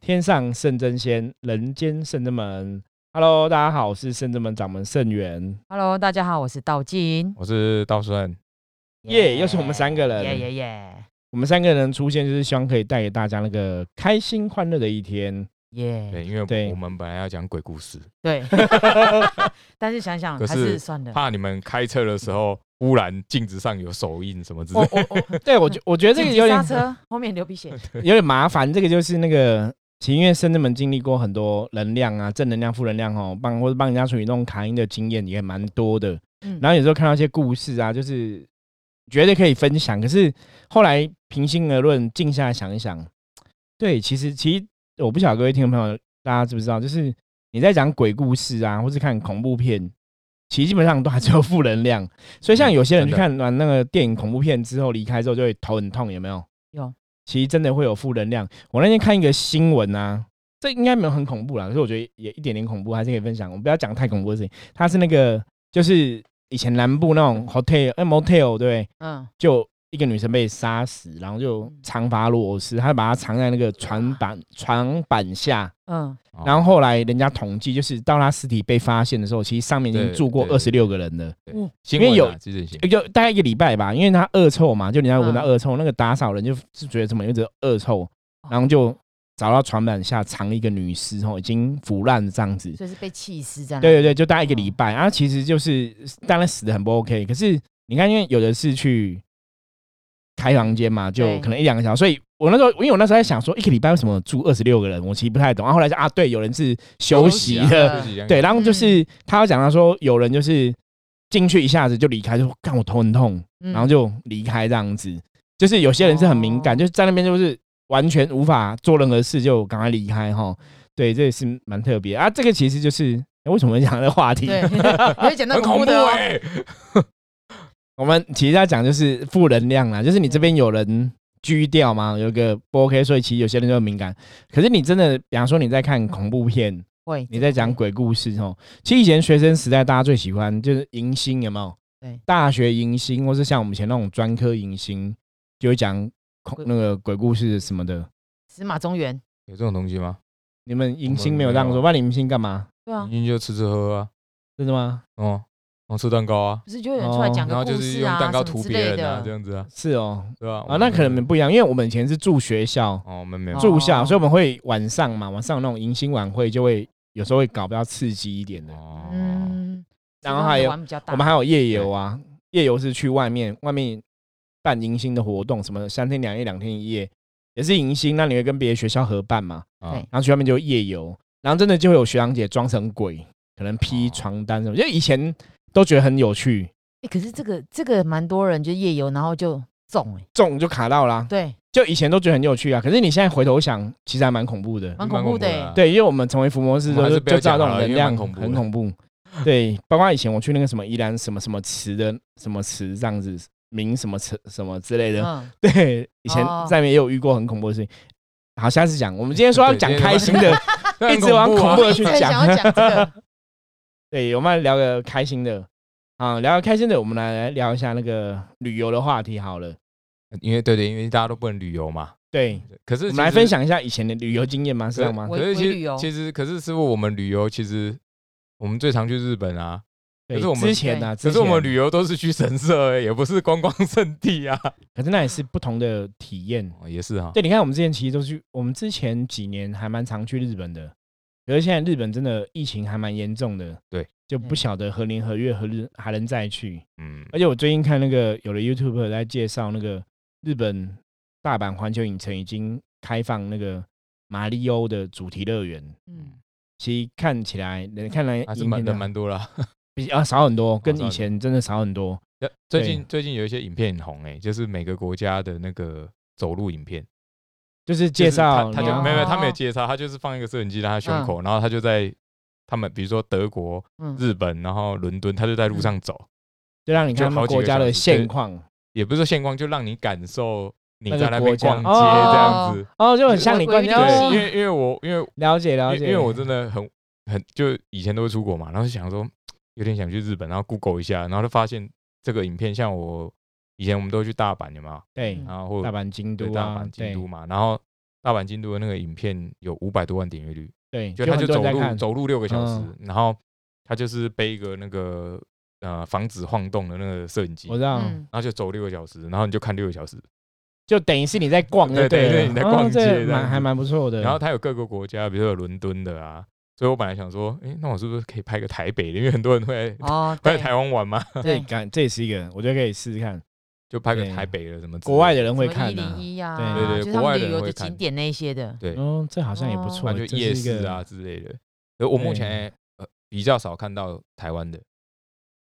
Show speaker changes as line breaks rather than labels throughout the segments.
天上圣真仙，人间圣真门。Hello，大家好，我是圣真门掌门圣元。
Hello，大家好，我是道金。
我是道顺，
耶又是我们三个人
耶耶耶
我们三个人出现，就是希望可以带给大家那个开心欢乐的一天。
耶，
对，因为
嗯对
我们本来要讲鬼故事，
对。 但是想想
可
还
是
是算了。
怕你们开车的时候忽然镜子上有手印什么之类
我
的。
我我，
对我觉我觉得这个
紧急
有
刹
点
车，后面流鼻血。
有点麻烦，这个就是那个。其实因为深圳们经历过很多能量啊，正能量、负能量哦，帮或者帮人家处理那种卡因的经验也蛮多的。
嗯
然后有时候看到一些故事啊，就是觉得可以分享，可是后来平心而论，静下来想一想，对，其实其实我不晓得各位听众朋友大家知不知道，就是你在讲鬼故事啊，或是看恐怖片，其实基本上都还只有负能量。所以像有些
嗯
人
真
去
的
看完那个电影恐怖片之后离开之后，就会头很痛，有没有？
有。
其实真的会有负能量。我那天看一个新闻啊，这应该没有很恐怖啦，可是我觉得也一点点恐怖，还是可以分享。我们不要讲太恐怖的事情。它是那个就是以前南部那种 hotel、哎 motel 对不对，
嗯，
就一个女生被杀死，然后就长发裸尸，她把她藏在那个船板床板下，
嗯，
哦
然后后来人家统计，就是到她尸体被发现的时候，其实上面已经
对
住过
对
二十六个人了。
对
因
新闻
为有
啊这件事情
就大概一个礼拜吧，因为他恶臭嘛，就人家闻到
嗯
恶臭，那个打扫人就是觉得怎么有一直恶
哦
臭，然后就找到床板下藏一个女尸哦，已经腐烂这样子。
所以是被气死这样。
对对对，就大概一个礼
嗯
哦
拜，然后其实就是当然死的很不 OK，可是你看，因为有的是去开房间嘛，就
对
可能一两个小时，所以我那时候因为我那时候在想说，一个礼拜为什么住二十六个人，我其实不太懂。然后后来就啊，对，有人是休息
啊
的，
呃
休息啊
对，然后就是他有讲到说，有人就是进去一下子就离开，就说干我头很痛，
嗯，
然后就离开这样子。就是有些人是很敏感，
哦
就是在那边就是完全无法做任何事，就赶快离开哈。对，这也是蛮特别啊。这个其实就是、诶为什么会讲这个话题？
对，有点讲到
很恐
恐
怖
怖的哦。
哎，
我们其实要讲就是负能量啦，就是你
嗯
这边有人居掉嘛，有个不 OK，所以其实有些人就很敏感。可是你真的，比方说你在看恐怖片，
会，
你在讲鬼故事哦。其实以前学生时代，大家最喜欢就是迎新，有没有？
对
大学迎新，或是像我们以前那种专科迎新，就会讲恐
鬼
那个鬼故事什么的。
司马中原。
有这种东西吗？
你们迎
我
新
们
没有这样
没
做，
有
那你迎新干嘛？
对啊，
你就吃吃喝喝啊，
真的吗？
哦，然后吃蛋糕啊，
不是就有人出来讲
然
个
后
故
就是
事
用
啊，
蛋糕
什
涂
么之
别
类
人啊，这
的。
样子啊，
是哦，
对吧？
啊，那可能
不
不一样，因为我们以前是住学校，
哦，我们没有
哦
住校，所以我们会晚上嘛，晚上有那种迎新晚会就会有时候会搞比较刺激一点的。
哦，
嗯，
然后还有
玩比较大。
我们还有夜游啊，夜游是去外面外面办迎新的活动，什么三天两夜、两天一夜，也是迎新。那你会跟别的学校合办嘛？
啊
对
然后去外面就夜游，然后真的就会有学长姐装成鬼，可能披
哦
床单什么，因为以前都觉得很有趣，
欸可是这个这个蛮多人就夜游，然后就中哎、欸，
中就卡到啦。
对，
就以前都觉得很有趣啊，可是你现在回头想，其实还蛮恐怖的。
蛮
蛮
恐怖的欸
啊，
对，因为我们成为伏魔师
我
之
们
后，
还
就是
不要
就知道
讲
那
好
种
了
能
因为蛮
量
恐怖
很
的
恐 怖。对，包括以前我去那个什么宜兰什么什么池的什么池这样子，名什么池什么之类的，
嗯，
对，以前
哦
在那边也有遇过很恐怖的事情。好，下次讲。我们今天说要
对
讲
今天
开心的，
那很
一直往
啊
恐怖的去
一直
讲
想要讲这个，
对，我们来聊个开心的。啊，聊个开心的，我们来聊一下那个旅游的话题好了。
因为对对，因为大家都不能旅游嘛。
对，
可是
我
其
们来
实
分享一下以前的旅游经验吗？是这样吗？
我
可是
回
其
旅游
实其实可是师傅，我们旅游其实我们最常去日本啊，
对
可是我们
之前呢、啊，
可是我们旅
游，
游都是去神社、欸，也不是观光圣地啊。
可是那也是不同的体验。
哦，也是哈，
对，你看我们之前其实都去，我们之前几年还蛮常去日本的，可是现在日本真的疫情还蛮严重的，
对，
就不晓得何年何月何日还能再去。
嗯，
而且我最近看那个有的 YouTube 在介绍那个日本大阪环球影城已经开放那个马里欧的主题乐园，
嗯，
其实看起来人看来
还是
影
蛮
片
人
啊
蛮多啦。
比啊少很多，跟
少很
以
多
前真的少很多。
最近最近有一些影片很红诶、就是每个国家的那个走路影片，
就是
就
介
是他
绍
他
你
就
要嗯
没有没有他没有
哦
介绍，他就是放一个摄影机在他胸口，然后他就在他们比如说德国、
嗯
日本，然后伦敦，他就在路上
嗯
走，
就让你
就
看他们
好几
国
个
家
小
的
时
现
对
况，
也不是说现光，就让你感受你
那个
在那
国
边
家
逛街这样子。
哦，就很像你
我
逛
有
街
点
对，
哦
因为因为我因为
了解了
因
解，
为因为我真的很很就以前都会出国嘛，然后就想说有点想去日本，然后 Google 一下，然后就发现这个影片，像我以前我们都去大阪有没有？
对
嗯
然后或
大阪、京
对
都
大
啊
阪、，京
对
都嘛，然后大阪京都的那个影片有五百多万点阅率，
对，
就他
很
就
多
走
人在
路
看，
走路六个小时
嗯，
然后他就是背一个那个呃防止晃动的那个摄影机，
我
然
知道，
嗯，
后就走六个小时，然后你就看六个小时。
就等于是你在逛就
对对
对
对
了，
你在逛街
哦这
这样
蛮
子
还蛮不错的。
然后他有各个国家，比如说有伦敦的啊，所以我本来想说，诶，那我是不是可以拍个台北的？因为很多人会来
哦，
会来
对
台湾玩嘛，
这
对，
感这也是一个，我觉得可以试试看，
就拍个
对
台北的什么之类。
国外的人会
什么
看啊
一
的、
零一呀，
对
对对
就是
国
他
外
们
的
旅游
人会
的
看
景点那一些的，
对，
嗯，这好像也不
那
错，
哦就
这
夜
是一
市
个
啊，之类的。而我目前
对
呃比较少看到台湾的，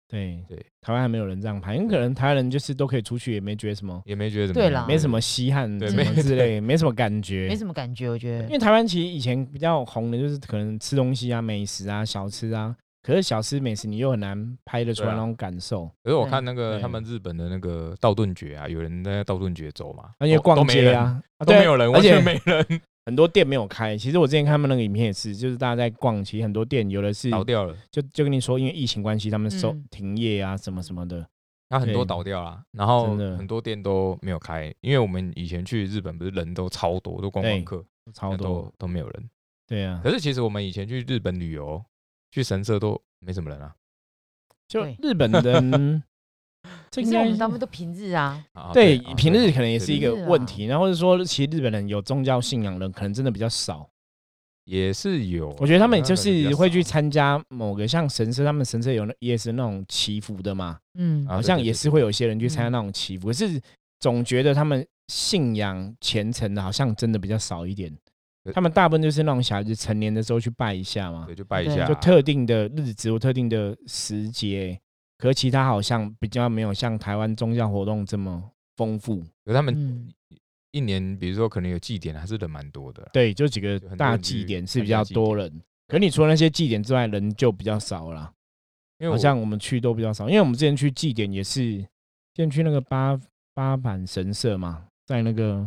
对
对，
台湾还没有人这样拍，因为可能台湾人就是都可以出去，也没觉得什么，
也没觉得怎么
对
样，
啦
没什么稀罕，
啊对
什么
没
之类，没什么感觉
没。什么感觉，我觉
因
得。
为台湾其实以前比较红的就是可能吃东西啊、美食啊、小吃啊，可是小吃美食你又很难拍得出来
对啊
那种感受，
可是我看那个
对
他们日本的那个道顿崛啊，有人在道顿崛走嘛，
而且
都都
逛
没
街
人，
啊
都没
对
有人，
而
完
且嗯
全没人，
很多店没有开。其实我之前看他们那个影片也是，就是大家在逛，其实很多店有的是
倒掉了，
就就跟你说，因为疫情关系，他们收、
嗯
停业啊，什么什么的。
他很多
对
倒掉了，然后
真的
很多店都没有开，因为我们以前去日本不是人都超多，都观
对
光客，
超多
都，都没有人。
对啊
可，是其实我们以前去日本旅游，去神社都没什么人啊，
就
对
日本 人，这
可
应
是我
该
们他们都平日啊，
啊
对
啊
平日
对
可能也是一个
平日啊
问题，然后或者说，其实日本人有宗教信仰的人可能真的比较少。
也是有啊，
我觉得他们
可
就
能比较
是会去
少
参加某个像神社，他们神社有那也是那种祈福的嘛，
嗯，
啊
好
对
像
对
也
对
是会有一些人去参加
嗯
那种祈福，可是总觉得他们信仰虔诚的，好像真的比较少一点。
对
他们大部分就是那种小孩子成年的时候去拜一下嘛，
对啊就拜一
对
下，
就特定的日子或特定的时节，可其他好像比较没有像台湾宗教活动这么丰富。
可是他们
嗯
一年，比如说可能有祭典，还是人蛮多的啦。
对，就几个
就很多
大
人
祭
去
典是
参
比
加
较
祭
多人，可你除了那些祭典之外，人就比较少了啦。
因为
好
我
像我们去都比较少，因为我们之前去祭典也是，之前去那个八八坂神社嘛，在那个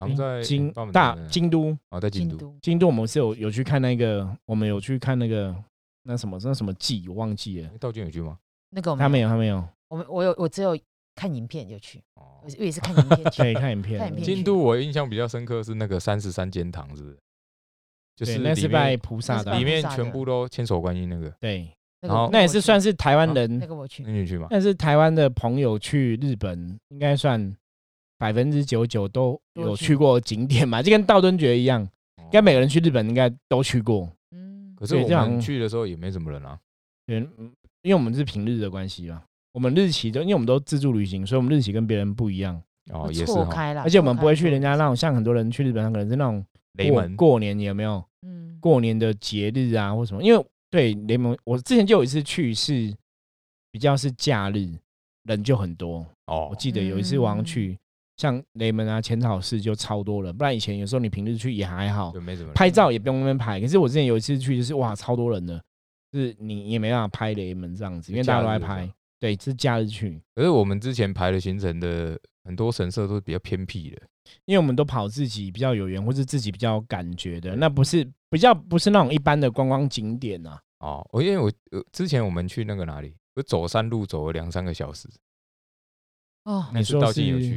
我们在
嗯京
帮我们
大
在
京都，
哦，在京
京
都，
都，
京都我们是有有去看那个，我们有去看那个那什么那什么祭，我忘记了，
道君有去吗？
那个我
他
们
没
有，
有他 没有，
我们我有我只有看影片有去，
哦
我，也是看影片
可以
去，
看影片，
看影片
京都我印象比较深刻是那个三十三间堂，是不是？就
对，
是
那是
里
拜
面
菩萨的啊
里，面
菩萨的嗯
全部都千手观音那个，
对，
那
然
个
后
我
那也是算
是
是台湾
那
人，
个我去，
哦那你有去吗？
但是台湾的朋友去日本，应该算百分之九九都有
多去
去过景点嘛，就跟道敦爵一样，
哦
应该每个人去日本应该都去过。
嗯，
可是
对
我
这样
们去的时候也没什么人啊，
嗯，因为我们是平日的关系嘛，我们日期都因为我们都自助旅行，所以我们日期跟别人不一样，
哦，也是
错
哈，
开了，
而且我们
错开
不会去
错
人家那种像很多人去日本，他可能是那种
雷
过
门
过年有没有？
嗯，
过年的节日啊或什么，因为对联盟，我之前就有一次去是比较是假日，人就很多。我
哦，
记得有一次晚上
嗯
去，像雷门啊、浅草寺就超多人，不然以前有时候你平日去也还好
就，没什么人。
拍照也不用那边拍。可是我之前有一次去，就是哇，超多人的，就是你也没办法拍雷门这样子，因为大家都在
假日的
拍。对，是假日去，
可是我们之前排的行程的很多神社都是比较偏僻的，
因为我们都跑自己比较有缘，或是自己比较有感觉的，那不是比较不是那种一般的观光景点啊。
哦，我因为我呃之前我们去那个哪里，我走山路走了两三个小时，
哦，
你
那次
说
道静有
是
去，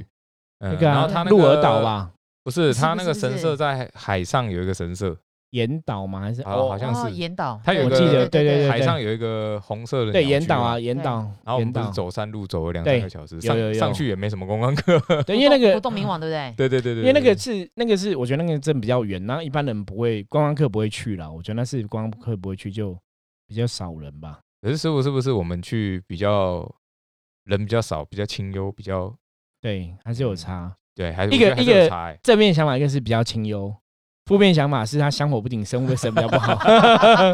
嗯
那个
然
啊
后他那
鹿儿
个
岛，吧，
不是
不是
他那
不是
个
不
神
是
社在海上有一个神社，
岩岛吗？还是
好
哦
好像
哦
是
岩岛，
它有
对
个
对对
对对对
海上有一个红色的
对
鸟
岩
区
岛
嘛
啊，，岩
对
岛，
然后我
岩
们不是
岛，
走山路走了两三
对
个小时，
有
上
有
上
有
去也没什么观光客，
对，因为那
活
个
动明王对不对？
对对对对，
因为那
对
个是那个是，我觉得那个真的比较远，然后一般人不会，观光客不会去啦。我觉得那是观光客不会去，就比较少人吧。
可是师傅是不是我们去比较人比较少，比较清幽，比较
对，还是有
嗯
差。
对，还是
一个
我觉得还是有
一个
差欸
正面想法一个是比较清幽，负面想法是他香火不鼎盛，会不会生比较 不好？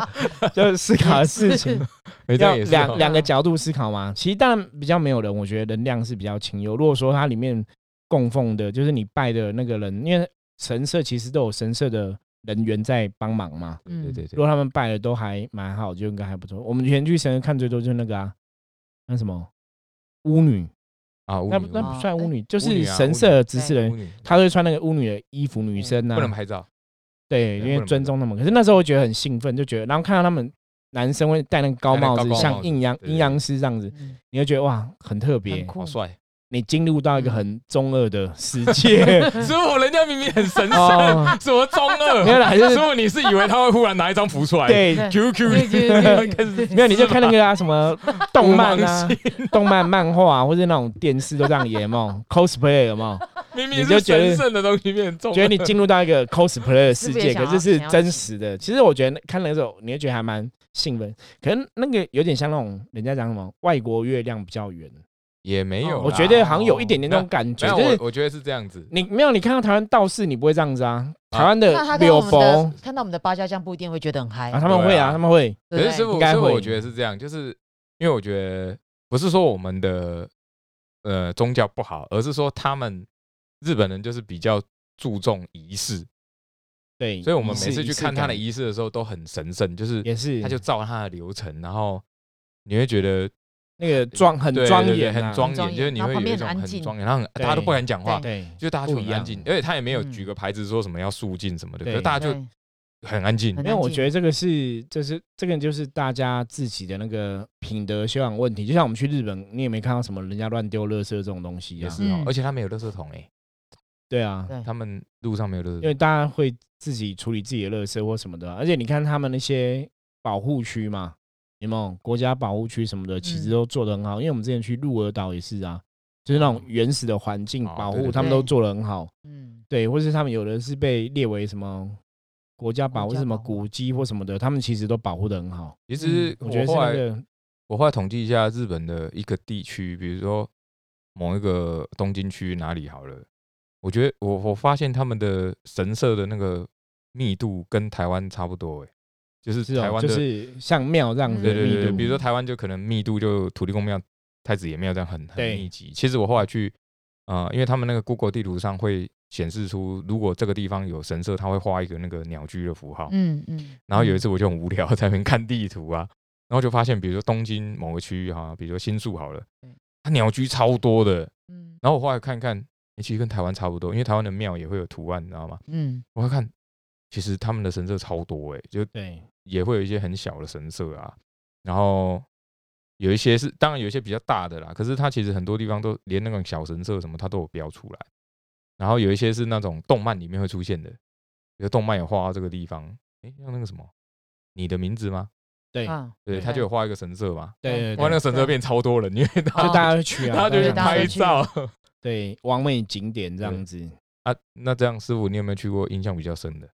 就是思考的事情
哎这
要
样也是
两
哦
两个角度思考嘛。其实当然比较没有人，我觉得能量是比较清幽。如果说它里面供奉的就是你拜的那个人，因为神社其实都有神社的人员在帮忙嘛。
嗯
对对
如
对，
果他们拜的都还蛮好，就应该还不错。我们以前去神社看最多就是那个啊，那什么巫女，
啊，
那
巫
不
女
那
巫
不
女
算巫女，就
巫
是
女啊
神社的执事
巫女
人，
巫女
她都会穿那个巫女的衣服，女生
不能
啊，
拍照，对
对，因
不能
为
拍
尊
照
重他们。可是那时候我觉得很兴奋，就觉得，然后看到他们男生会戴那个高
戴那
帽
个
子，
高高帽
像
子
阴阳
对对
阴阳师这样子，
嗯
你会觉得哇，很特别
很，酷嗯
好，帅，
你进入到一个很中二的世 界
师傅，人家明明很神圣，
嗯哦，
什么中二？
没有啦还是
师傅，你是以为他会忽然拿一张符出来？
对，
对对对对
，QQ
对
开始
没有你就看那个啊什 么动漫
五
啊
芒、
动漫漫画啊，或者那种电视都这样演嘛，cosplay 有没有？
明明
你就是觉得
神圣的东西变重，
觉得你进入到一个 cosplay 的世
是不是
界，
也想
可
要
是是真实的。其实我觉得看了之后，你会觉得还蛮兴奋。可能那个有点像那种人家讲什么外国月亮比较圆，
也没有啦。
我觉得好像有一点点
哦
那种感觉，
没有，
就是
我我觉得是这样子。
你没有你看到台湾道士，你不会这样子啊。
啊
台湾
那
的
他看
柳
我们
佛
的看到我们的芭蕉酱不一定会觉得很嗨
啊，，他们会
对
啊，
啊
他们会
可
对不
是
对
师傅，
应该
师傅，
会
我觉得是这样，就是因为我觉得不是说我们的呃宗教不好，而是说他们日本人就是比较注重仪式，
对，
所以我们
仪式
每次去看他的
仪式
仪式的时候都很神圣，就是
感也是，
他就照他的流程，然后你会觉得
那个庄很
对
庄
对对
严啊，
很庄
庄
严，
严
就是你
然后
会有
旁
一
边
种
很安
很
静
庄严，然后很大家都
对
不敢讲话，
对
就大家就很安静，
不一
而且他也没有
嗯
举个牌子说什么要肃静什么的，可
对
是大家就
对
很安静
很。
因为我
安静
觉得这个是，这是这个就是大家自己的那个品德修养问题。就像我们去日本，你也没看到什么人家乱丢垃圾这种东西
也
啊。
是哦
嗯，
而且他们有垃圾桶哎，
对啊，
对
他们路上没有垃圾桶
因。为大家会自己处理自己的垃圾或什么的啊、而且你看他们那些保护区嘛，有没有国家保护区什么的，其实
嗯
都做得很好。因为我们之前去鹿儿岛也是啊，就是那种原始的环境
哦
保
对
护，
对
他们
对
都做得很好。
嗯
对，或是他们有的是被列为什么国家保
国
护
家
什么
保护
古迹或什么的，他们其实都保护得很好。
其实
嗯我觉得是
后
那
来
个
我后来统计一下日本的一个地区，比如说某一个东京区哪里好了，我觉得我我发现他们的神社的那个密度跟台湾差不多诶、欸就是
是哦
台湾
就
的、
是像庙
嗯
这样子
对
的
对对，
密
对
度，
比如说台湾就可能密度就土地公庙、太子爷庙这样很很
对
密集。其实我后来去呃，因为他们那个 Google 地图上会显示出，如果这个地方有神社，它会画一个那个鸟居的符号。
嗯嗯，
哦然后有一次我就很无聊，在那边看地图啊，然后就发现，比如说东京某个区域哈，比如说新宿好了
嗯
对，
它鸟居超多的。
嗯
然后我后来看看，诶其实跟台湾差不多，因为台湾的庙也会有图案，你知道吗？
嗯
我还看，其实他们的神社超多诶、就
对
也会有一些很小的神社啊，然后有一些是，当然有一些比较大的啦，可是它其实很多地方都连那种小神社什么它都有标出来，然后有一些是那种动漫里面会出现的，比如动漫有画到这个地方，诶，像那个什么，你的名字吗？
对
啊，
对，
对
他就有画一个神社嘛，
对对，
哇，那
对
个神社变超多人，因为
就
他
大家会 去啊，
他就
大家
去拍
会
照
对完美景点这样子。
啊。那这样，师傅，你有没有去过印象比较深的？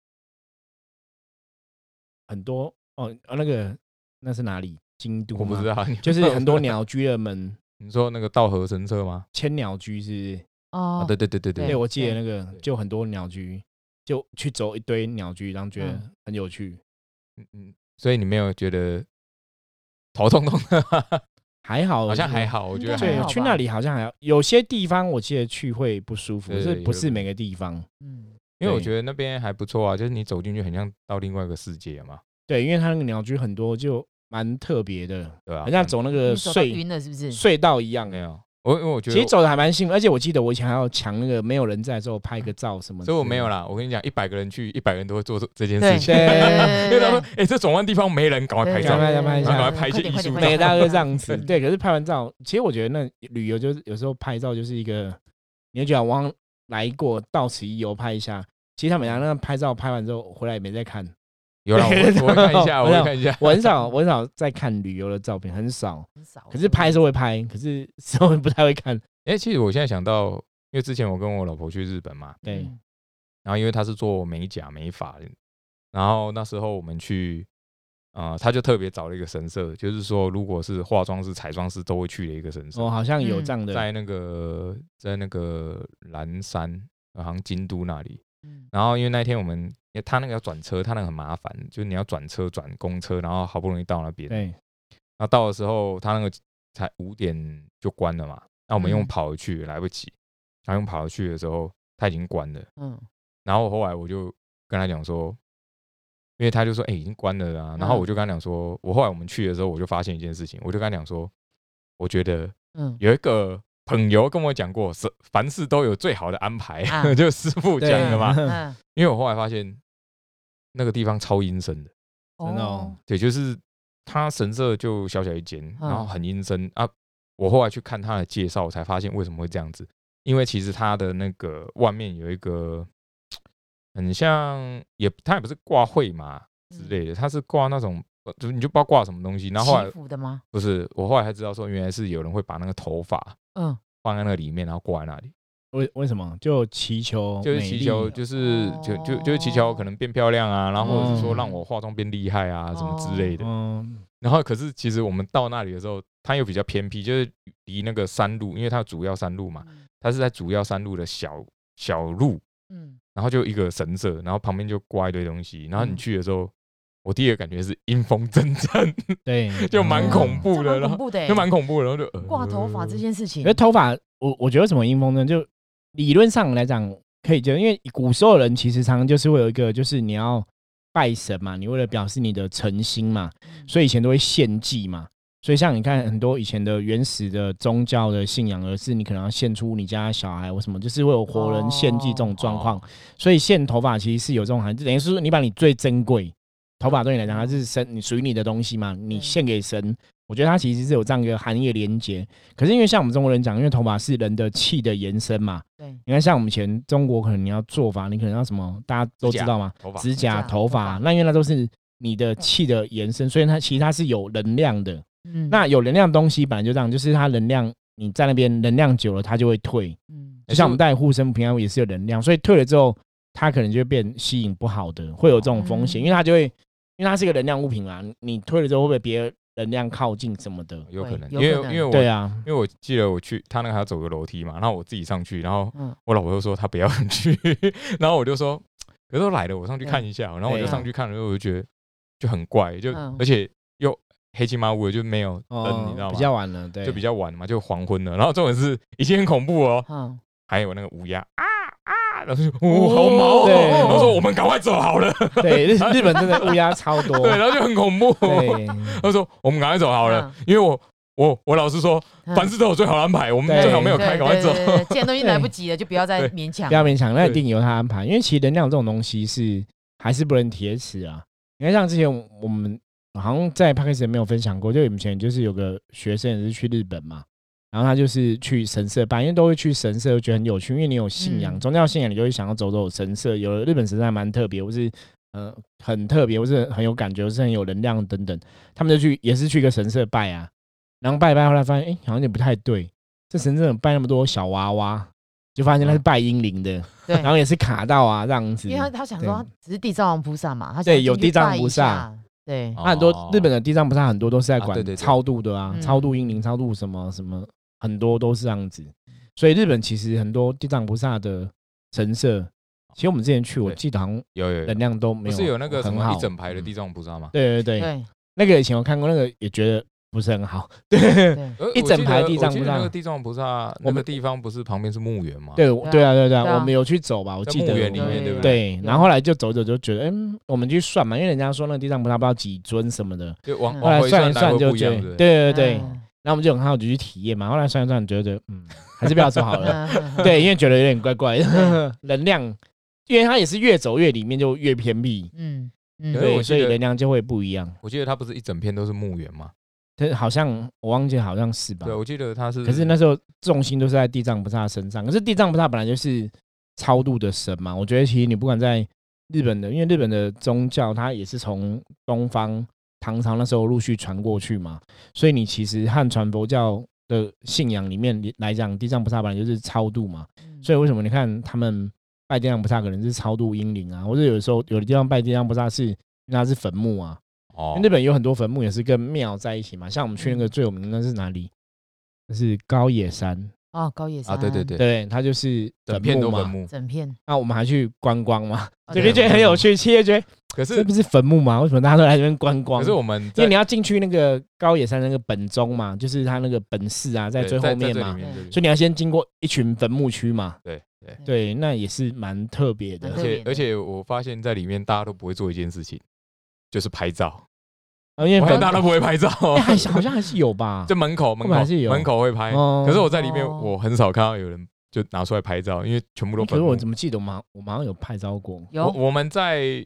很多哦，啊那个那是哪里？京都
我不
吗
知，道，
就是 很多。鸟居的门，
你说那个道和神社吗？
千鸟居是不是？
哦
啊，，对对对对
对，
对，
我记得那
对
个
对
就很多鸟居，就去走一堆鸟居，然后觉得
嗯
很有趣。
嗯嗯，所以你没有觉得头痛痛的 吗，
还好，
好像还
好。
好，我觉得
应该
还
对
还，好
去
吧
那里好像还好，有些地方我记得去会不舒服，
对
是
有
不是
的
每个地方？
嗯
因为我
对
觉得那边还不错啊，就是你走进去很像到另外一个世界嘛，
对，因为它那个鸟居很多，就蛮特别的，
对吧？啊
好像走那个
你手都
隧
晕了是不是？
隧道一样
没。有，我因为我觉
其
得
实，走的还蛮幸运，而且我记得我以前还要抢那个没有人在的时候拍个照什么。
所以我没有。啦。我跟你讲，一百个人去，一百个人都会做这件
对
事情， 因为他说
对，
哎，这转弯地方没人，赶快拍
赶
对
照
快。拍一下
赶快拍一些
快点
艺术
快
每
点嗯
大 家都这
快
样
点
子，对。可是拍完照，其实我觉得那旅游就是有时候拍照就是一个，你会觉得我好像来过，到此一游拍一下。其实他们俩那拍照拍完之后回来也没再看，
有啦，我会我会看一下，我
对
会看一下。
我很少我很少在看旅游的照片，很少。
很
哦
少
可是拍是会拍，可是稍微不太会看。
哎，其实我现在想到，因为之前我跟我老婆去日本嘛，
对，
嗯
然后因为她是做美甲美发的，然后那时候我们去，呃，她就特别找了一个神社，就是说如果是化妆师、彩妆师都会去的一个神社
我、，哦好像有这样
嗯
的，
在那个在那个岚山，呃好像京都那里。
嗯
然后因为那一天我们，因为他那个要转车，他那个很麻烦，就是你要转车转公车，然后好不容易到那边，
对
那到的时候，他那个才五点就关了嘛。那我们用
嗯
跑去来不及，然后用跑去的时候，他已经关了。
嗯
然后后来我就跟他讲说，因为他就说，哎、已经关了啊。然后
嗯
我就跟他讲说，我后来我们去的时候，我就发现一件事情，我就跟他讲说，我觉得
嗯，
有一个朋友跟我讲过，是凡事都有最好的安排，
啊
就师傅讲的嘛。
对
嗯
因为我后来发现那个地方超阴森的，
真的哦，
对，就是它神社就小小一间，
嗯
然后很阴森啊。我后来去看他的介绍，我才发现为什么会这样子，因为其实他的那个外面有一个很像，也他也不是挂绘马
嗯
之类
嗯
的，他是挂那种。呃就你就不知道挂什么东西，然后后来
祈福的吗？
不是我后来才知道说，原来是有人会把那个头发
嗯，
放在那里面，然后挂在那里，
为为什么就祈求
就是
美
祈
丽哦
求，就是就就就是祈求我可能变漂亮啊，然后或者是说让我化妆变厉害啊，什么之类的。
嗯
然后可是其实我们到那里的时候，它又比较偏僻，就是离那个山路，因为它有主要山路嘛，它是在主要山路的小小路，
嗯，
然后就一个神社，然后旁边就挂一堆东西，然后你
嗯
去的时候，我第一个感觉是阴风阵阵，
对嗯
就蛮恐怖
这
的，
蛮
然后
恐怖的欸，
就蛮恐怖的，然后就呃
挂头发这件事情
因为，头发，我我觉得为什么阴风呢？就理论上来讲可以接受，因为古时候人其实常常就是会有一个，就是你要拜神嘛，你为了表示你的诚心嘛，所以以前都会献祭嘛。所以像你看很多以前的原始的宗教的信仰，而是你可能要献出你家小孩或什么，就是会有活人献祭这种状况。所以献头发其实是有这种含义，就等于是说你把你最珍贵头发对你来讲，它是神，你属于你的东西嘛，你
嗯
献给神。我觉得它其实是有这样一个含义的连接。可是因为像我们中国人讲，因为头发是人的气的延伸嘛，
对，
你看像我们以前中国可能你要做法，你可能要什么，大家都知道嘛，
头发
指甲、
指甲
头发
头发，
那因为那都是你的气的延伸，所以它其实它是有能量的。
嗯，
那有能量的东西本来就这样，就是它能量你在那边能量久了，它就会退。
嗯，
就像我们戴护身符平安也是有能量，所以退了之后，它可能就会变吸引不好的，会有这种风险，
嗯
因为它就会，因为它是一个能量物品嘛，你退了之后会被别能量靠近什么的。
有可能，因
有
为
可能
因为我
对啊，
因为我记得我去他那个还要走个楼梯嘛，然后我自己上去，然后
嗯
我老婆又说她不要 去，然后我就说，可是都来了，我上去
嗯
看一下，然后我就上去看了，我就觉得就很怪，就、
嗯哦
而且又黑漆麻乌的，就没有灯，嗯你知道吗？
哦比较晚了，对，
就比较晚嘛，就黄昏了，然后重点是已经很恐怖哦，
嗯，
还有那个乌鸦啊啊，然后就哦好毛哦，
对
然后说我们赶快走好了，
对，日日本真的乌鸦超多，
对，然后就很恐怖，
对，
他说我们赶快走好了，
嗯
因为我我我老师说
嗯
凡事都有最好的安排，我们
对
最好没有开，
对
赶快
对
走。
对对对既然都已经
对
来不及了，就不要再
对
勉强
不。要勉强，那一
对
定由他安排，因为其实能量这种东西是还是不能铁齿啊。你看，像之前我我们好像在 p a c k a g e 没有分享过，就我们以前就是有个学生也是去日本嘛，然后他就是去神社拜，因为都会去神社，觉得很有趣，因为你有信仰，
嗯
宗教信仰，你就会想要走走神社。有的日本神社还蛮特别，或是呃很特别，或是很有感觉，或是很有能量等等。他们就去也是去一个神社拜啊，然后拜一拜，后来发现哎、诶好像有点不太对，这神社怎么拜那么多小娃娃，就发现他是拜英灵的。
嗯对
然，后也是卡到啊这样子。
因为他他想
对
说，他只是地藏王菩萨嘛，他
对
想
有
进去
地藏
拜一
菩萨
下，对，
哦
他很多日本
的
的地藏菩萨很多都是在
啊对
管
对对
超度的啊，
嗯
超度英灵、超度什么什么，很多都是这样子。所以日本其实很多地藏菩萨的神社，其实我们之前去，我
对
记得好像
有有有
能量都
不
没有，
是有那个什
很
么
好嗯
一整排的地藏王菩萨吗？
对对对，
对
那个以前我看过，那个也觉得不是很好。
对，
呃
一整排地藏菩
我记得我记
萨
得那个地藏王菩萨，
我
那
们
个地方不是旁边是墓园吗？，
对
啊
对啊对啊对
对
啊，
啊
我们有去走吧，我
在
记
墓
得
园里
我
面，
对
对不对？
对，
有
然后后来就走走就觉得，嗯，我们去算嘛，因为人家说那个地藏菩萨不知道几尊什么的，
就往
后
嗯
往
来
回
算一
来
算
回
就
不一
觉
样
得，
对不
对
对
对对，
嗯
然后我们就很好奇去体验嘛。后来算一算，觉得嗯，还是不要走好 了。
嗯嗯嗯
对，因为觉得有点怪怪的
对，
能量，因为它也是越走越里面就越偏僻，
嗯嗯，
可是
对，
我记
所
得
以能量就会不一样。
我记得它不是一整片都是墓园吗？
但好像我忘记，好像是吧
对，？我记得它是。
啊可是那时候重心都是在地藏菩萨身上，可是地藏菩萨本来就是超度的神嘛。我觉得其实你不管在日本的，因为日本的宗教它也是从东方唐朝那时候陆续传过去嘛，所以你其实汉传佛教的信仰里面来讲，地藏菩萨本来就是超度嘛。
嗯
所以为什么你看他们拜地藏菩萨可能是超度英灵啊，或者有时候有的地方拜地藏菩萨是因为它是坟墓啊，
哦嗯
因为日本有很多坟墓也是跟庙在一起嘛，像我们去那个最有名的那是哪里？那是高野山，
哦，高野山
啊，对对，对，
对，它就是
整片都
嘛
坟。墓。
整片，
那、我们还去观光嘛，
哦
就
对
觉得很有趣，企业觉得
可
这
是
不是坟墓吗？为什么大家都来这边观光？
可是我们
因为
在
你要进去那个高野山那个本宗嘛，就是它那个本寺啊，在
对
最后面
这里
嘛，
面这里
所以你要先经过一群坟墓区嘛，
对对。
对，那也是蛮特别的
蛮
而
特别
且而且我发现，在里面大家都不会做一件事情，就是拍照。
啊因为
我
坟
看大家都不会拍照，
哎还是 好像还是有吧，
在门口门
还
口
是有
门口会拍，
哦
可是我在里面
哦
我很少看到有人就拿出来拍照，因为全部都
哎可
坟
是
墓
我。怎么记得我们好我们好像有拍照过，
有
我我们在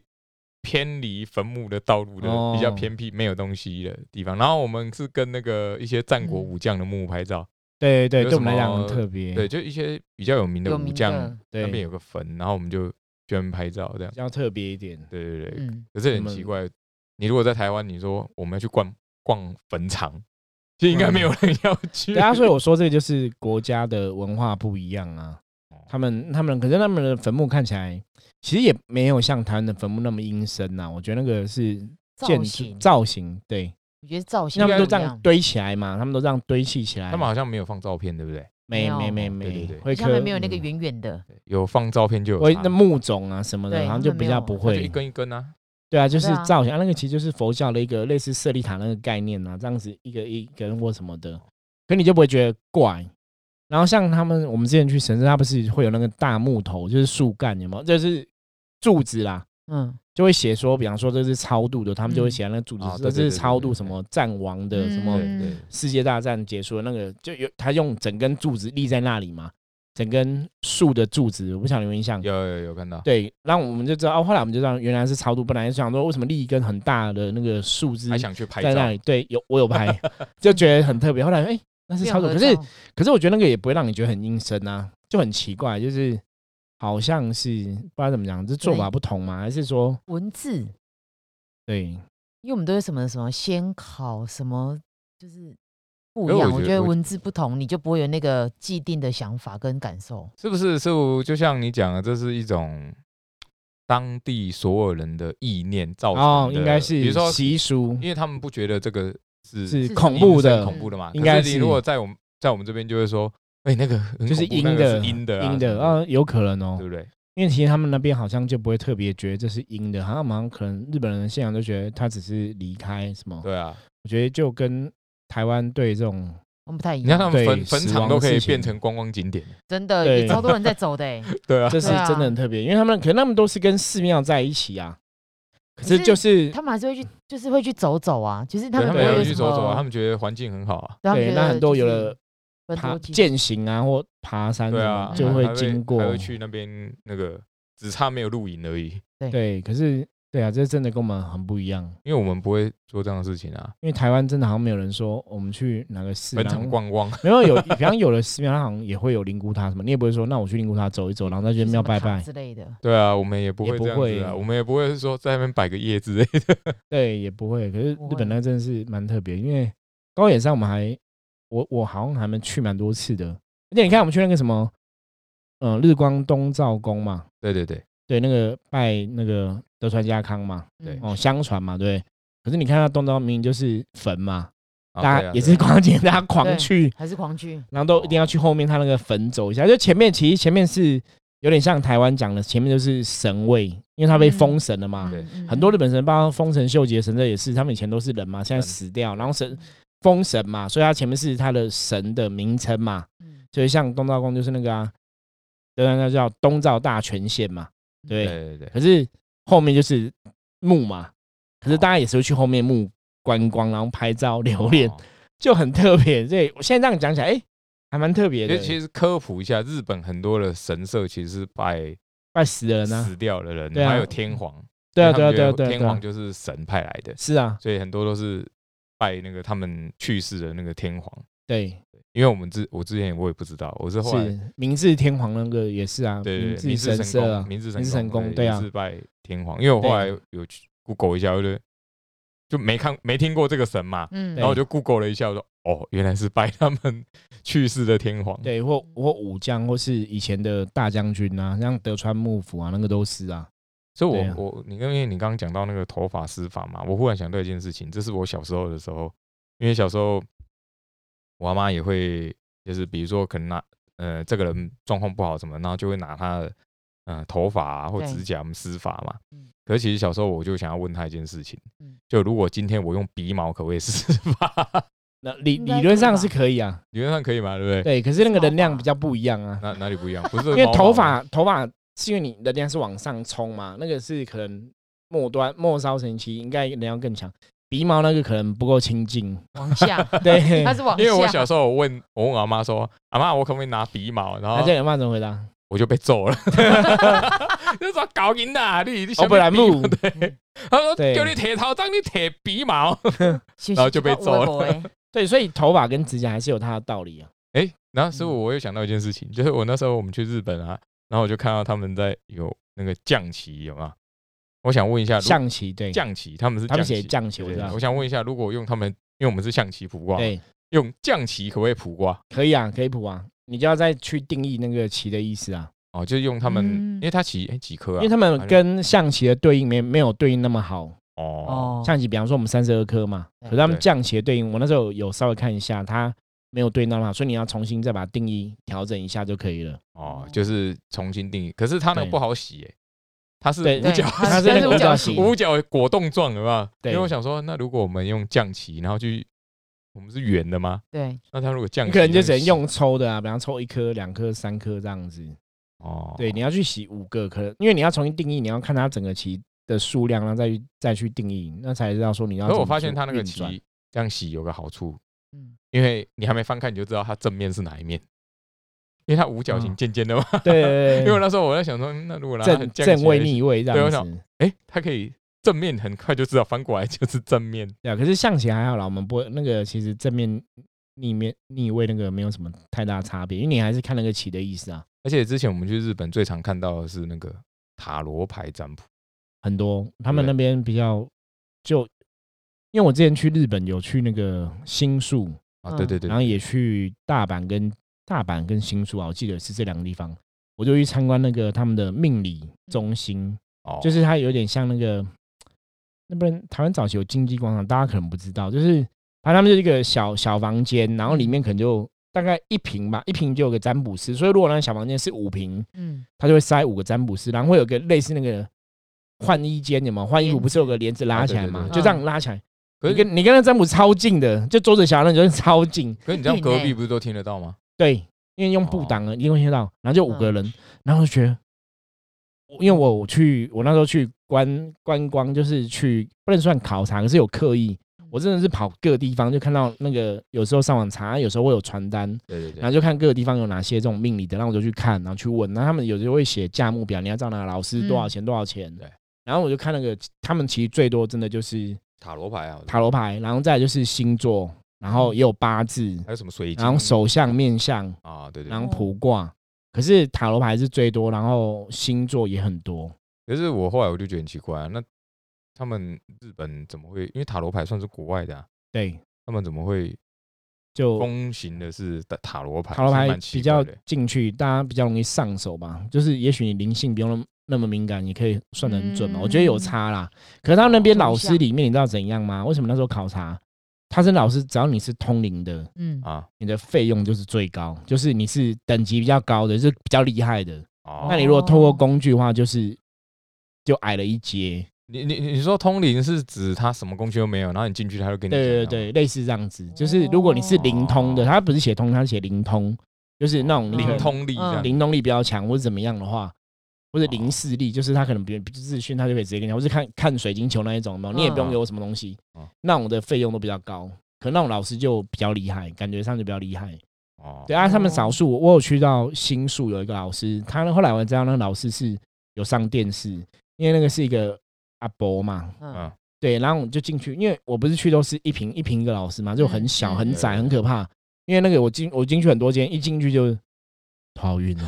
偏离坟墓的道路的、比较
哦
偏僻、没有东西的地方。然后我们是跟那个一些战国
嗯
武将的墓拍照，
对对，
有
对我
什
们来讲
么
很特别，
对，就一些比较有名的
有
武
名
将
的，
那边
对，
有个坟，然后我们就居然拍照这样
比。较特别一 点。
对对对，
嗯，
可是
我
很
们
奇怪，你如果在台湾，你说我们要去逛逛坟场，其实应该没有人要去。
对啊，所以我说这个就是国家的文化不一样啊。
哦
他们他们可是他们的坟墓看起来其实也没有像台湾的坟墓那么阴森啊呐、我觉得那个是建
造
筑
型，
造型，对，
我觉得造型
他们都
不一
这样堆起来嘛，他们都这样堆砌起来。
他们好像没有放照片，对不对？
没没没
没
有对
没
对对，
会
下面没有
刻
那个
嗯
圆圆的，
对有放照片就有
会
差
那木种啊什么的，
对
好像
他
就
们
比
没
较
有
不
它
它就一
会。
根一根啊。
对啊，就是
对啊
造型啊，那个其实就是佛教的一个类似舍利塔那个概念啊，这样子一个一根或什么的，可你就不会觉得怪。然后像他们，我们之前去神社，它不是会有那个大木头，就是树干，有没有？就是柱子啦，
嗯，
就会写说，比方说这是超度的，他们就会写在那个柱子，
哦
这
对对
是
对
超
对
度
对
什么战王的什么
对对
嗯，
世界大战结束的那个，就有他用整根柱子立在那里嘛，整根树的柱子，我不晓得有没有印象。
有有有看到，
对，然后我们就知道哦，后来我们就知道原来是超度，本来想说为什么立一根很大的那个树枝
还想去拍
在那
照。
里，对，有我有拍， 就觉得很特别。后来哎、那是
没有
超度，
合
可是
照
可是我觉得那个也不会让你觉得很阴森啊，就很奇怪，就是好像是不知道怎么讲，这做法不同嘛，还是说
文字，
对
因为我们都有什么什么先考什么，就是不
可
一
我
样。
觉
我
得
觉得
我
文字不同，你就不会有那个既定的想法跟感受。
是不是？是不就像你讲的，这是一种当地所有人的意念造成的。
哦，应该
比
是
如说，
习俗
因为他们不觉得这个是
是
是
恐
阴
怖
森
的，
恐怖的嘛。
应该
可是
是
你如果在我们在我们这边就会说，哎，那个很
就是
恐怖
阴
那个
的
是阴的啊
阴
什
的
么
啊，有可能哦
对，不对？
因为其实他们那边好像就不会特别觉得这是阴的，好像马上可能日本人的信仰就觉得他只是离开什么。
对啊，
我觉得就跟台湾对这种
我们不太一
你看他
样，
们
对
坟坟
死
场
亡
都可以
事情
变成观光景点，
真的
对
也超多 人在走的、欸。
对啊，
这是
对啊
真的很特别，因为他们可能他们都是跟寺庙在一起啊，可
可
是
是
就是
他们还是会去，就是会去走走啊。其实他
对
们
他
不
们也
会有
会
什
去
么
走走
哦
啊，他们觉得环境很好啊，
对他们
对，
觉
那
得
很多
就是
有了
奔
爬
多机
践行啊或爬山
对
什
啊
么，，
还
就
还
会经过
还，会去那边那个，只差没有露营而已，
对，可是对啊，这真的跟我们很不一样，
因为我们不会做这样的事情啊，
因为台湾真的好像没有人说我们去哪个寺
坟场
然后
逛逛，
没有有，比方有的寺庙它好像也会有灵骨塔什么，你也不会说那我去灵骨塔走一走，然后在
去
这
什
庙
么
拜
塔
拜，
之类的。
对啊，我们也不
也
会
不
这样子啊，
会
我们也不会说在那边摆个夜之类的，
对，也不会。可是
不
日本
会
那真的是蛮特别，因为高野山我们还我我好像还没去蛮多次的，而且你看我们去那个什么，嗯、日光东照宫嘛，
对对对，
对，那个拜那个德川家康嘛，
对
嗯
哦，相传嘛，对。可是你看它东照明明就是坟嘛，
啊
大
对啊
家也
对
是
啊
狂景， 大家狂
对
去，
还是狂去，
然后都一定要去后面他那个坟走一下，就前面其实前面是有点像台湾讲的，前面就是神位，因为他被封神了嘛。
对
嗯嗯
很多
嗯
日本神，包括丰臣秀吉的神社也是，他们以前都是人嘛，现在
人
死掉，然后神封神嘛，所以他前面是他的神的名称嘛，
嗯
所以像东照宫就是那个啊，对，那叫东照大权现嘛，
嗯
对。
对对对，
可是后面就是墓嘛，可是大家也是会去后面墓观光，然后拍照留念，
哦
就很特别。所以我现在这样讲起来，哎、还蛮特别
其
的。
实其实科普一下，日本很多的神社其实是拜
快死人啊！
死掉的人，
对啊
还有天皇，
对啊，
因为
对啊，
他们觉得
对啊，对啊，
天
对
皇
啊，
就是神派来的，
是啊，
所以很多都是拜那个他们去世的那个天皇。
对，
因为我们之我之前我也不知道，我是后来
是明治天皇那个也是啊，
对对对，
治
明治
神
神
社啊
宫，，明治
明治神
神
宫对
对
啊
也是拜天皇。因为我后来有去 Google 一下，我就就没看没听过这个神嘛，
嗯，
然后我就 Google 了一下，我说哦，原来是拜他们 去世的天皇。
对，或或武将，或是以前的大将军啊，像德川幕府啊，那个都是啊。
所以我，
对啊
我你刚因为你刚刚讲到那个头发湿发嘛，我忽然想到一件事情，这是我小时候的时候，因为小时候我阿妈也会，就是比如说可能拿呃这个人状况不好什么，然后就会拿他的呃头发、啊、或
对
指甲我们湿发嘛
嗯。
可是其实小时候我就想要问他一件事情
嗯，
就如果今天我用鼻毛可不可以湿发？
那理
应
理
该
论
可以
上
吧
是可以啊，
理论上可以嘛，对不对？
对，可是那个
头
能量
发
比较不一样啊，
哪哪里不一样？不是
因为
毛
头
毛
发头发是因为你能量是往上冲嘛，那个是可能末端末梢神期应该能量更强，鼻毛那个可能不够清 净，
往 下，
对
它。是往
因为我
下，
小时候我问我问我阿妈说，阿妈我可不可以拿鼻毛？然后
那这样有办法怎么回答？
我就被揍 了，就说搞赢啦，你你
欧本兰哦木，
他说
对嗯
叫你剃头，当你剃鼻毛，
然
然后就被揍了
了。
对，所以头发跟指甲还是有它的道理啊。
哎、然后师傅，我又想到一件事情， 就是我那时候我们去日本啊，然后我就看到他们在有那个降旗，有吗？我想问一下，如
象棋对，
降旗，他们是
他们
降
写
旗
降棋，我
对
知道
我。想问一下，如果用他们，因为我们是象棋卜卦嘛，
对，
用降旗可不可以卜卦？
可以啊，可以谱啊，你就要再去定义那个棋的意思啊，
哦，就是用他们，
嗯
因为它棋哎几颗
因
啊？
为他
好
们
像
跟象棋的对应没没有对应那么好。
哦哎
哦，
象棋，比方说我们三十二颗嘛，可
对
是他们
对
降棋的对应，我那时候有稍微看一下，它没有对应那么好，所以你要重新再把定义调整一下就可以了。
哦，就是重新定义。可是它那个
对
不好洗、哎，它是
对
五
对
角，
它
它是
是
五
五
角
角
形
形
五角果冻状，有吧？因
对
为我想说，那如果我们用降旗，然后去，我们是圆的吗？
对，
那它如果降
你
旗，
可能就只
那
能
洗
用抽的啊，比方抽一颗、两颗、三颗这样子。
哦，
对，你要去洗五个，可能因为你要重新定义，你要看它整个棋的数量，然后再去再去定义，那才知道说你要
可
怎
是
么做。
我发现它那个
运转
棋 这样洗有个好处，
嗯，
因为你还没翻开你就知道它正面是哪一面，因为它五角形
嗯
尖尖的嘛。
对
因为
对对
那时候我在想说，嗯那如果拿它
正
降
正
旗
位
来洗，
逆位这
对我
样
想
子。
哎，它可以正面很快就知道翻过来就是正面。
对啊，可是象棋还好啦，我们不会那个其实正面、逆面、逆位那个没有什么太大差别，因为你还是看那个棋的意思啊。
而且之前我们去日本最常看到的是那个塔罗牌占卜，
很多他们
对
那边比较就，因为我之前去日本有去那个新宿，
啊，对
嗯
对对
然，后也去大阪跟大阪跟新宿啊，我记得是这两个地方，我就去参观那个他们的命
嗯
理中心，
哦
就是它有点像那个，那不然台湾早期有经济广场，大家可能不知道，就是反正他们就是一个小小房间，然后里面可能就大概一平吧，一平就有个占卜师，所以如果那个小房间是五平，
嗯，
他就会塞五个占卜师，然后会有个类似那个换衣间，有没有？换衣服
帘
不是有个帘子
啊
拉
对
起来
对
嘛，
对
就这样拉起来。
可
你
是
跟你跟那占卜超近的，就桌子小，那你就是超近。
可是你这样
硬
隔
欸
壁不是都听得到吗？
对，因为用
哦
布挡了，因为听到，然后就五个
嗯
人，然后就觉得，我因为我我去我那时候去观观光，就是去不能算考察，可是有刻意，
嗯
我真的是跑各地方，就看到那个有时候上网查，有时候会有传单，
对对
然后就看各个地方有哪些这种命理的，然后我就去看，然后去问，然后他们有时候会写价目表，你要照哪个老师多少钱多少钱，
嗯对，
然后我就看那个他们其实最多真的就是
塔罗牌啊，
塔罗牌，然后再来就是星座，
嗯
然后也有八字，
还有什么水晶
然后手相面相。
啊，对对
然
对。
后卜卦，可是塔罗牌是最多，然后星座也很多。
可是我后来我就觉得很奇怪、啊，那他们日本怎么会？因为塔罗牌算是国外的、啊，
对，
他们怎么会
就
风行的是塔塔罗牌？
塔罗
是
牌
蛮奇
比较
怪的
进去，大家比较容易上手吧。就是也许你灵性不用那么那么敏感，你可以算得很准嘛。我觉得有差啦。可是他们那边老师里面，你知道怎样吗？为什么那时候考察，他是老师，只要你是通灵的，
嗯，
啊。
你的费用就是最高，就是你是等级比较高的，就是比较厉害的。
哦，
那你如果透过
哦
工具的话，就是就矮了一阶。
你你你说通灵是指他什么工具都没有，然后你进去他就跟你讲啊哦
对对
那种
对，类似这样子，就是如果你是灵通的，
哦
它不是写通，它是写灵通，就是那种
对
灵
灵
通力这样
嗯
灵通力比较强，或者怎么样的话，或者灵视力，就是他可能别人资讯他就可以直接跟你讲，或是看看水晶球那一种嘛，你也不用
嗯
给我什么东西
嗯，
那种的费用都比较高。可那种老师就比较厉害，感觉上就比较厉害。
哦
对啊，他们
哦
少数我有去到新宿有一个老师，他后来我知道那个老师是有上电视，因为那个是一个阿伯嘛，
啊
嗯，
对，然后我就进去，因为我不是去都是一瓶一瓶一个老师嘛，就很小
嗯
很
嗯
窄很可怕。因为那个我进我进去很多间，一进去就头好晕哦，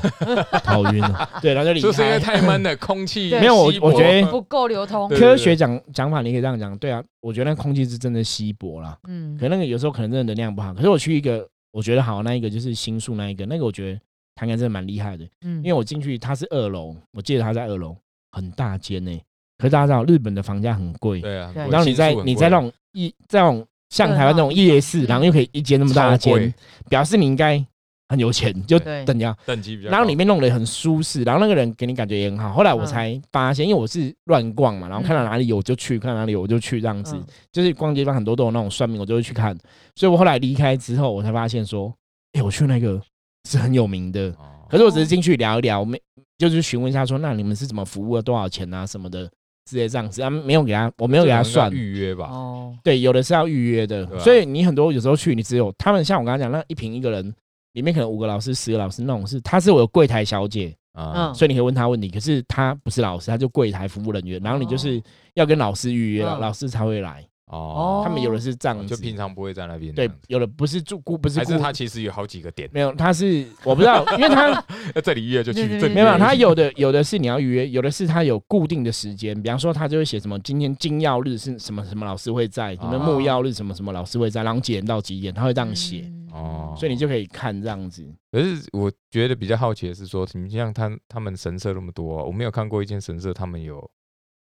头好晕哦， 对，然后就离
就是因为
开。
太闷了，空气
对
没有我
稀薄
我觉得
不够流通
对，
科学讲讲法，你可以这样讲，对啊，我觉得那空气是真的稀薄啦。
嗯
可，那个有时候可能真的能量不好。可是我去一个我觉得好那一个就是新宿那一个，那个我觉得弹钢真的蛮厉害的，
嗯
因为我进去它是二楼，我记得它在二楼，很大间呢、可是大家知道日本的房价很贵，
对啊，
对
很贵
然后你
新宿
在
很贵
你在那种一在那种像台湾那种夜市，然后又可以一间那么大的
超贵
间，表示你应该很有钱，就
对
等价。
等级比较高，
然后里面弄得很舒适，然后那个人给你感觉也很好。后来我才发现，因为我是乱逛嘛，然后看到哪里有就去，看到哪里有我就去这样子
嗯。
就是逛街方很多都有那种算命，我就会去看。所以我后来离开之后，我才发现说，哎，我去那个是很有名的，
哦
可是我只是进去聊一聊，没就是询问一下说，那你们是怎么服务的，多少钱啊什么的之类这样子啊，没有给他，我没有给他
这种应
算
该。预约吧，
哦，
对，有的是要预约的
对，啊
所以你很多有时候去，你只有他们像我刚刚讲那一瓶一个人，里面可能五个老师、十个老师那种是，他是我有柜台小姐，
啊，
嗯
所以你可以问他问题，可是他不是老师，他就柜台服务人员，然后你就是要跟老师预约，
哦嗯
老师才会来。
哦
他们有的是这样
嗯就
子，
平常不会在那边这
对
样子，，
有的不是住顾，不是
还
顾
是，他其实有好几个点，
没有，他是我不知道，因为 他
那这里预约就去
对对，
这
对
里
没有，
约就
他
去
有的有的是你要预约，有的是他有固定的时间，比方说他就会写什么今天金曜日是什么什么老师会在，
啊
什么木曜日什么什么老师会在，然后几点到几点，他会这样写，
嗯
哦
所以你就可以看这样子。
可是我觉得比较好奇的是说，你像他他们神社那么多、我没有看过一间神社他们有，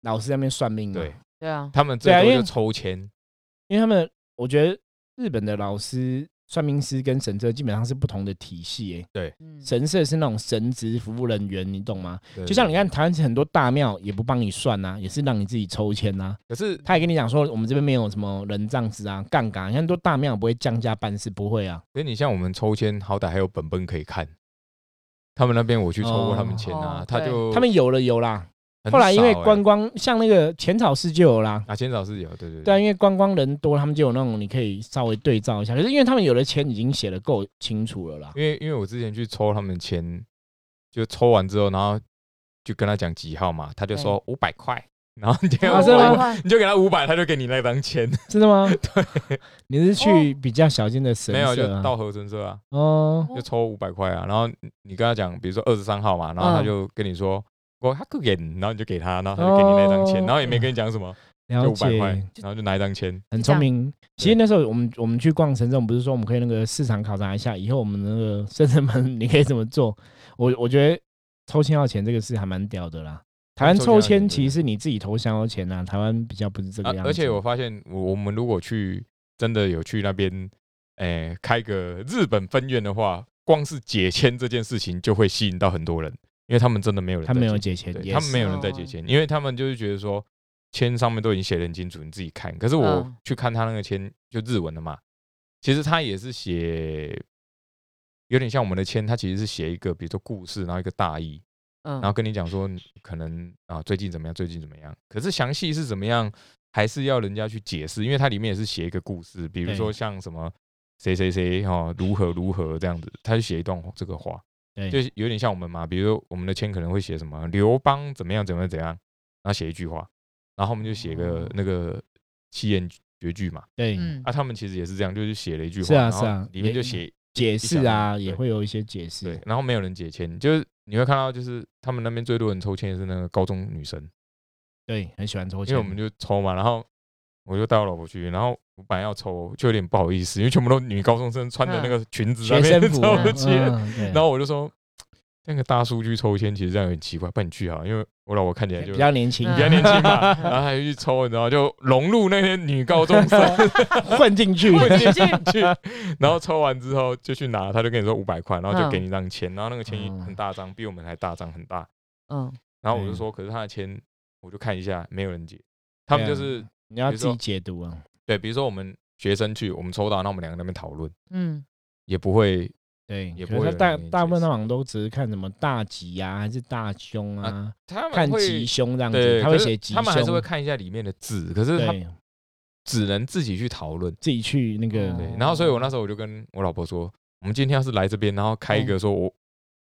老师在那边算命嘛，
对
对啊，
他们最
对啊
多
因
就
为
抽签
因为他们我觉得日本的老师、算命师跟神社基本上是不同的体系、欸，
嗯
神社是那种神职服务人员，你懂吗？
对
就像
对
你看台湾很多大庙也不帮你算呐、也是让你自己抽签呐、
可是
他也跟你讲说，我们这边没有什么人这样子啊，杠杆，你看很多大庙不会降价办事，不会啊。
可是你像我们抽签，好歹还有本本可以看。他们那边我去抽过他们签啊，
哦
他就
他们有了有啦，
很
后来因为
少欸
观光，像那个浅草寺就有啦。
啊，签早是有，对对
对啊，因为观光人多，他们就有那种你可以稍微对照一下。可是因为他们有的签已经写的够清楚了啦，
因为因为我之前去抽他们签，就抽完之后，然后就跟他讲几号嘛，他就说五百块，然后你就给他
啊是
500
吗
块你就给他五百，他就给你那张 签，
真的 吗？
对，
你是去
哦
比较小间的神
没有就
社、啊？
到和神社啊，
哦，
就抽五百块啊，然后你跟他讲，比如说二十三号嘛，然后他
嗯
就跟你说。我他给，然后你就给他，然后他就给你那张签，
哦
然后也没跟你讲什么，就
了
五百块
解，，
然后就拿一张签。
很聪明。其
对
实那时候我们我们去逛神社，我们不是说我们可以那个市场考察一下，以后我们那个深圳门你可以怎么做？我我觉得抽签要钱这个事还蛮屌的啦。台湾抽
抽签要
签
钱
其实是你自己投降要钱啊，台湾比较不是这个
啊
样子。
而且我发现，我我们如果去真的有去那边，诶、开个日本分院的话，光是解签这件事情就会吸引到很多人，因为他们真的没有人
他
在
没有
解
解签，
对
也
他们没有
是
人在解
哦
签，因为他们就是觉得说签上面都已经写的很清楚，你自己看。可是我
嗯
去看他那个签，就日文的嘛，其实他也是写。有点像我们的签，它其实是写一个，比如说故事，然后一个大意，
嗯
然后跟你讲说你可能啊最近怎么样，最近怎么样。可是详细是怎么样，还是要人家去解释，因为它里面也是写一个故事，比如
对
说像什么谁谁谁哦如何如何这样子，他就写一段这个话，
对
就是有点像我们嘛，比如我们的签可能会写什么刘邦怎么样怎么样怎样，然后写一句话，然后我们就写个
哦
那个七言绝句嘛，
对、
嗯
啊他们其实也是这样，就是写了一句话，
是啊
然
是
后
啊
里面
也
就写
解释
一
啊，
小段
也
对
会有一些解释
对，。然后没有人解签，就是你会看到，就是他们那边最多人抽签的是那个高中女生，
对，很喜欢抽
因
签，
为我们就抽嘛，然后我就带我老婆去，然后我本来要抽，就有点不好意思，因为全部都女高中生穿的那 个裙子在
学
那
生
边
服
抽
啊，
签，
嗯对
然后我就说，那个大叔去抽签，其实这样很奇怪，不然你去好，因为我老婆看起来就
比较年轻，
比较年轻嘛， 然后还去抽，你知道，就融入那些女高中生
混进去，
混进 去，然后抽完之后就去拿，他就跟你说五百块，然后就给
嗯
你一张签，然后那个签
嗯
很大张，比我们还大张很大。
嗯
然后我就
对
说，可是他的签，我就看一下，没有人解。他们
对
就
啊
是
你要
比如
自己
说
解读啊。
对，比如说我们学生去，我们抽到，那我们两个在那边讨论，
嗯
也不会
对，
也
可
不
是
会
他
有
大
人跟你
大部分
解释
好像都只是看什么大吉啊，还是大凶啊，
他们
看
会
吉凶这样子，
对，
他
可
会
是
写吉
他们还是会
凶，
看一下里面的字，可是他
对，
只能自己去讨论。
自己去那个
嗯
对，然后所以我那时候我就跟我老婆说，我们今天要是来这边，然后开一
嗯
个说我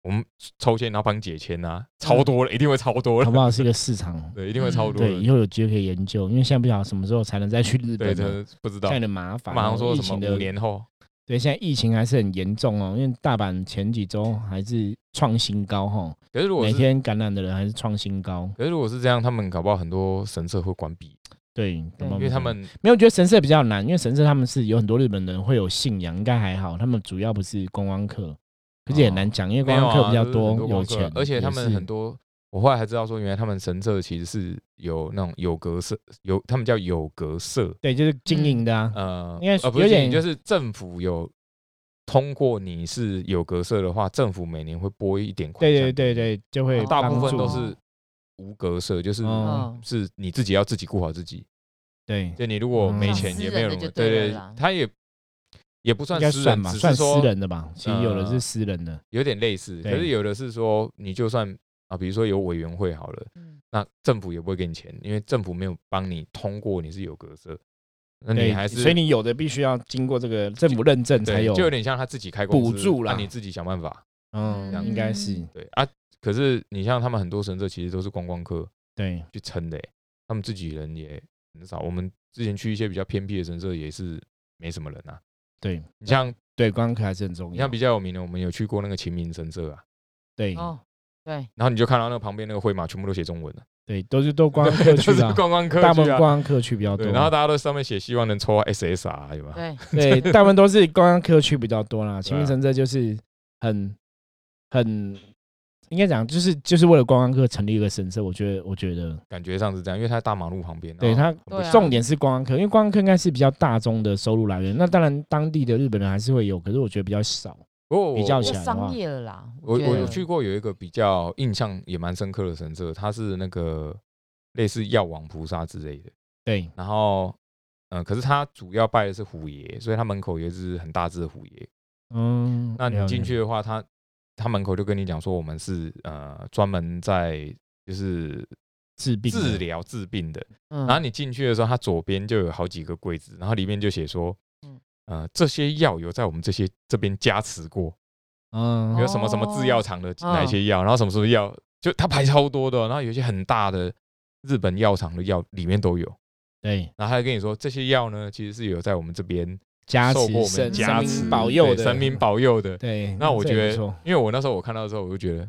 我们抽签，然后帮你解签啊，超多了，一定会超多
好不
了，
好是一个市场，
对，一定会超多
嗯对，以
了，
后有机会可以研究，因为现在不晓得什么时候才能再去日
对，
本
真
了，
的不知道
现在。的麻烦哦，
马上说
疫
什
情
么五
的，
年后，
对，现在疫情还是很严重哦，因为大阪前几周还是创新高哈，
可是如果
每
是
天感染的人还是创新高，
可是如果是这样，他们搞不好很多神社会关闭，
对，
对
懂
因为他
吗
们啊
没有，我觉得神社比较难，因为神社他们是有很多日本人会有信仰，应该还好。他们主要不是观光客，可是也难讲，因为
没
观
有
光客
啊，
比较
就是很多
有
观光
钱
客，而且他
也
们
是
很多。我后来才知道说，原来他们神社其实是有那种有格社，有他们叫有格社，
对，就是经营的啊，
呃，
应该
呃、不
有
是建
点
议就是政府有通过你是有格社的话，政府每年会拨一点款
对
项
对对对，就会
哦
啊大部
帮
分
助
都是无格社，就是、
嗯
嗯
是你自己要自己顾好自己。
对，
就你如果没
嗯
钱，也
私
没有
人的
人
就
对
对了
对
啦，
他也也不算
应该
私
算
人，
吧，
只
算
是
私
说呃
人的吧。其实有的是私人的，
有点类似。可
对
是有的是说，你就算啊，比如说有委员会好了，
嗯
那政府也不会给你钱，因为政府没有帮你通过你是有格社，那
对
你还是
所以你有的必须要经过这个政府认证才
对
有
就，有点像他自己开公司
补助啦
那你自己想办法。
嗯
这，样
应该是
对啊，可是你像他们很多神社其实都是观光客
对，
去撑的、欸，他们自己人也很少。我们之前去一些比较偏僻的神社也是没什么人啊。
对
你像
对，观光客还是很重
你
要
像。比较有名的，我们有去过那个秦明神社啊，
对
哦，对，
然后你就看到那个旁边那个灰马全部都写中文了，
对，都是都观光客去
就是
的，
观光客
大部分
去
观
啊。
光客去比较多
对，。然后大家都在上面写希望能抽到 SSR 有没有？
对，
对，大部分都是观光客区比较多啦。清 明
对啊
神社就是很很应该讲，就是就是为了观光客成立一个神社。我觉得，我觉得，
感觉上是这样，因为它在大马路旁边。
对
然后
它
很不
对啊
重点是观光客，因为观光客应该是比较大众的收入来源。那当然，当地的日本人还是会有，可是我觉得比较少。
不过我
比较
比
起
较
来的话
商业了啦。
我
觉
我
得
有去过有一个比较印象也蛮深刻的神社，它是那个类似药王菩萨之类的。
对，
然后，嗯，可是它主要拜的是虎爷，所以它门口有一只很大只的虎爷。
嗯，
那你
了解
进去的话，它它门口就跟你讲说，我们是呃专门在就是
治病
治
的
疗治病的。
嗯，
然后你进去的时候，它左边就有好几个柜子，然后里面就写说
嗯，
呃，这些药有在我们这些这边加持过。
嗯
有什么什么制药厂的哪一些药，然后什么什么药，就它牌超多的，哦然后有一些很大的日本药厂的药里面都有，
对
然后他还跟你说这些药呢，其实是有在我们这边
加
受
持
过我们
神
加
神
持
明保佑的
对神明保佑的。
嗯对。
那我
这也
觉
不
得
错
因为我那时候我看到之后，我就觉得，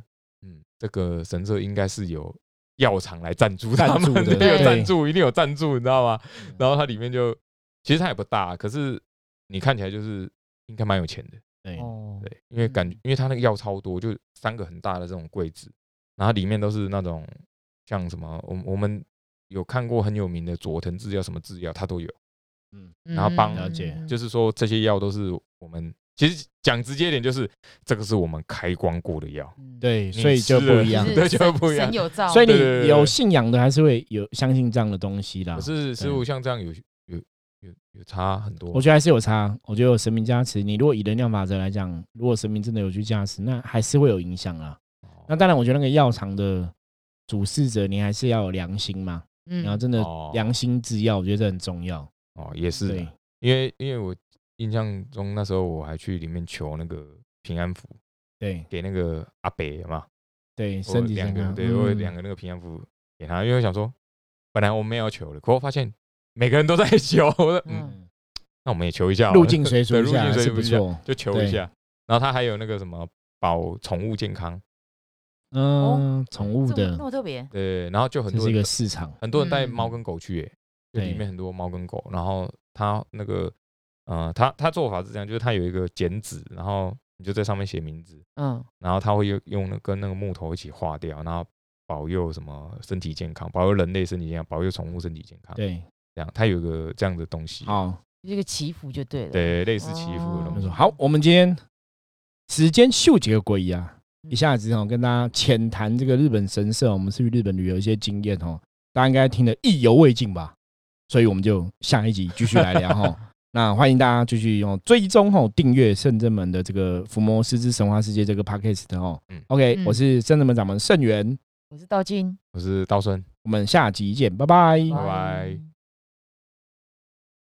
嗯，这个神社应该是有药厂来赞助他们，
赞助的嗯
一定有
对
赞助，一定有赞助，你知道吗？然后它里面就其实它也不大，可是你看起来就是应该蛮有钱的。
对
哦，
对，因为感觉
嗯
因为它那个药超多，就三个很大的这种柜子，然后里面都是那种像什么，我们我们有看过很有名的佐藤制药什么制药，它都有。然后帮
了解
嗯
就是说这些药都是我们其实讲直接一点，就是这个是我们开光过的药。
嗯，
对，
你
所以就
吃
不
了
一样
是。
对就
神
不一样
神有造，
所以
对对
你
对
有
对
信仰的，还是会有相信这样的东西啦。
可是师
啊对
傅像这样有有有有差很多
我。觉得还是有差。我觉得有神明加持，你如果以能量法则来讲，如果神明真的有去加持，那还是会有影响啦。
哦
那当然，我觉得那个药厂的主事者，你还是要有良心嘛。
嗯
你要真的
哦
良心制药，我觉得这很重要。
哦也是
对
啊，因为因为我印象中那时候我还去里面求那个平安符
对
给那个阿北嘛，
对，
我有
身体
两
健
个，
康。
对我有
嗯
两个那个平安符给他，因为我想说，本来我没有求的，可我发现每个人都在 求，我说嗯，
嗯
那我们也求一下好了，
入境随俗
对
一
入境
下
随
是
俗
不
一下
错。
就求
对
一下。然后他还有那个什么保宠物健康，
嗯，宠物
哦这么
的
那么特别，
对，然后就很
这
多
是一
人
个市场。
很多人带
嗯
猫跟狗去、欸，就
对
里面很多猫跟狗，然后他那个呃，他他做法是这样，就是他有一个剪纸，然后你就在上面写名字，
嗯，
然后他会用用那跟那个木头一起化掉，然后保佑什么身体健康，保佑人类身体健康，保佑宠物身体健康。
对，
这样，它有个这样的东西，
好，哦
这个祈福就对了，
对，类似祈福的
他
东
说
西。
好，我们今天时间秀几个鬼啊，一下子哦跟大家浅谈这个日本神社，我们去日本旅游一些经验哦，大家应该听得意犹未尽吧？所以我们就下一集继续来聊哈。那欢迎大家继续用追踪吼订阅圣正门的这个《伏魔师之神话世界》这个 podcast 哦。
嗯
OK，、
嗯
我是圣正门掌门圣元，
我是道金，
我是道生。
我们下集见，拜拜。
拜拜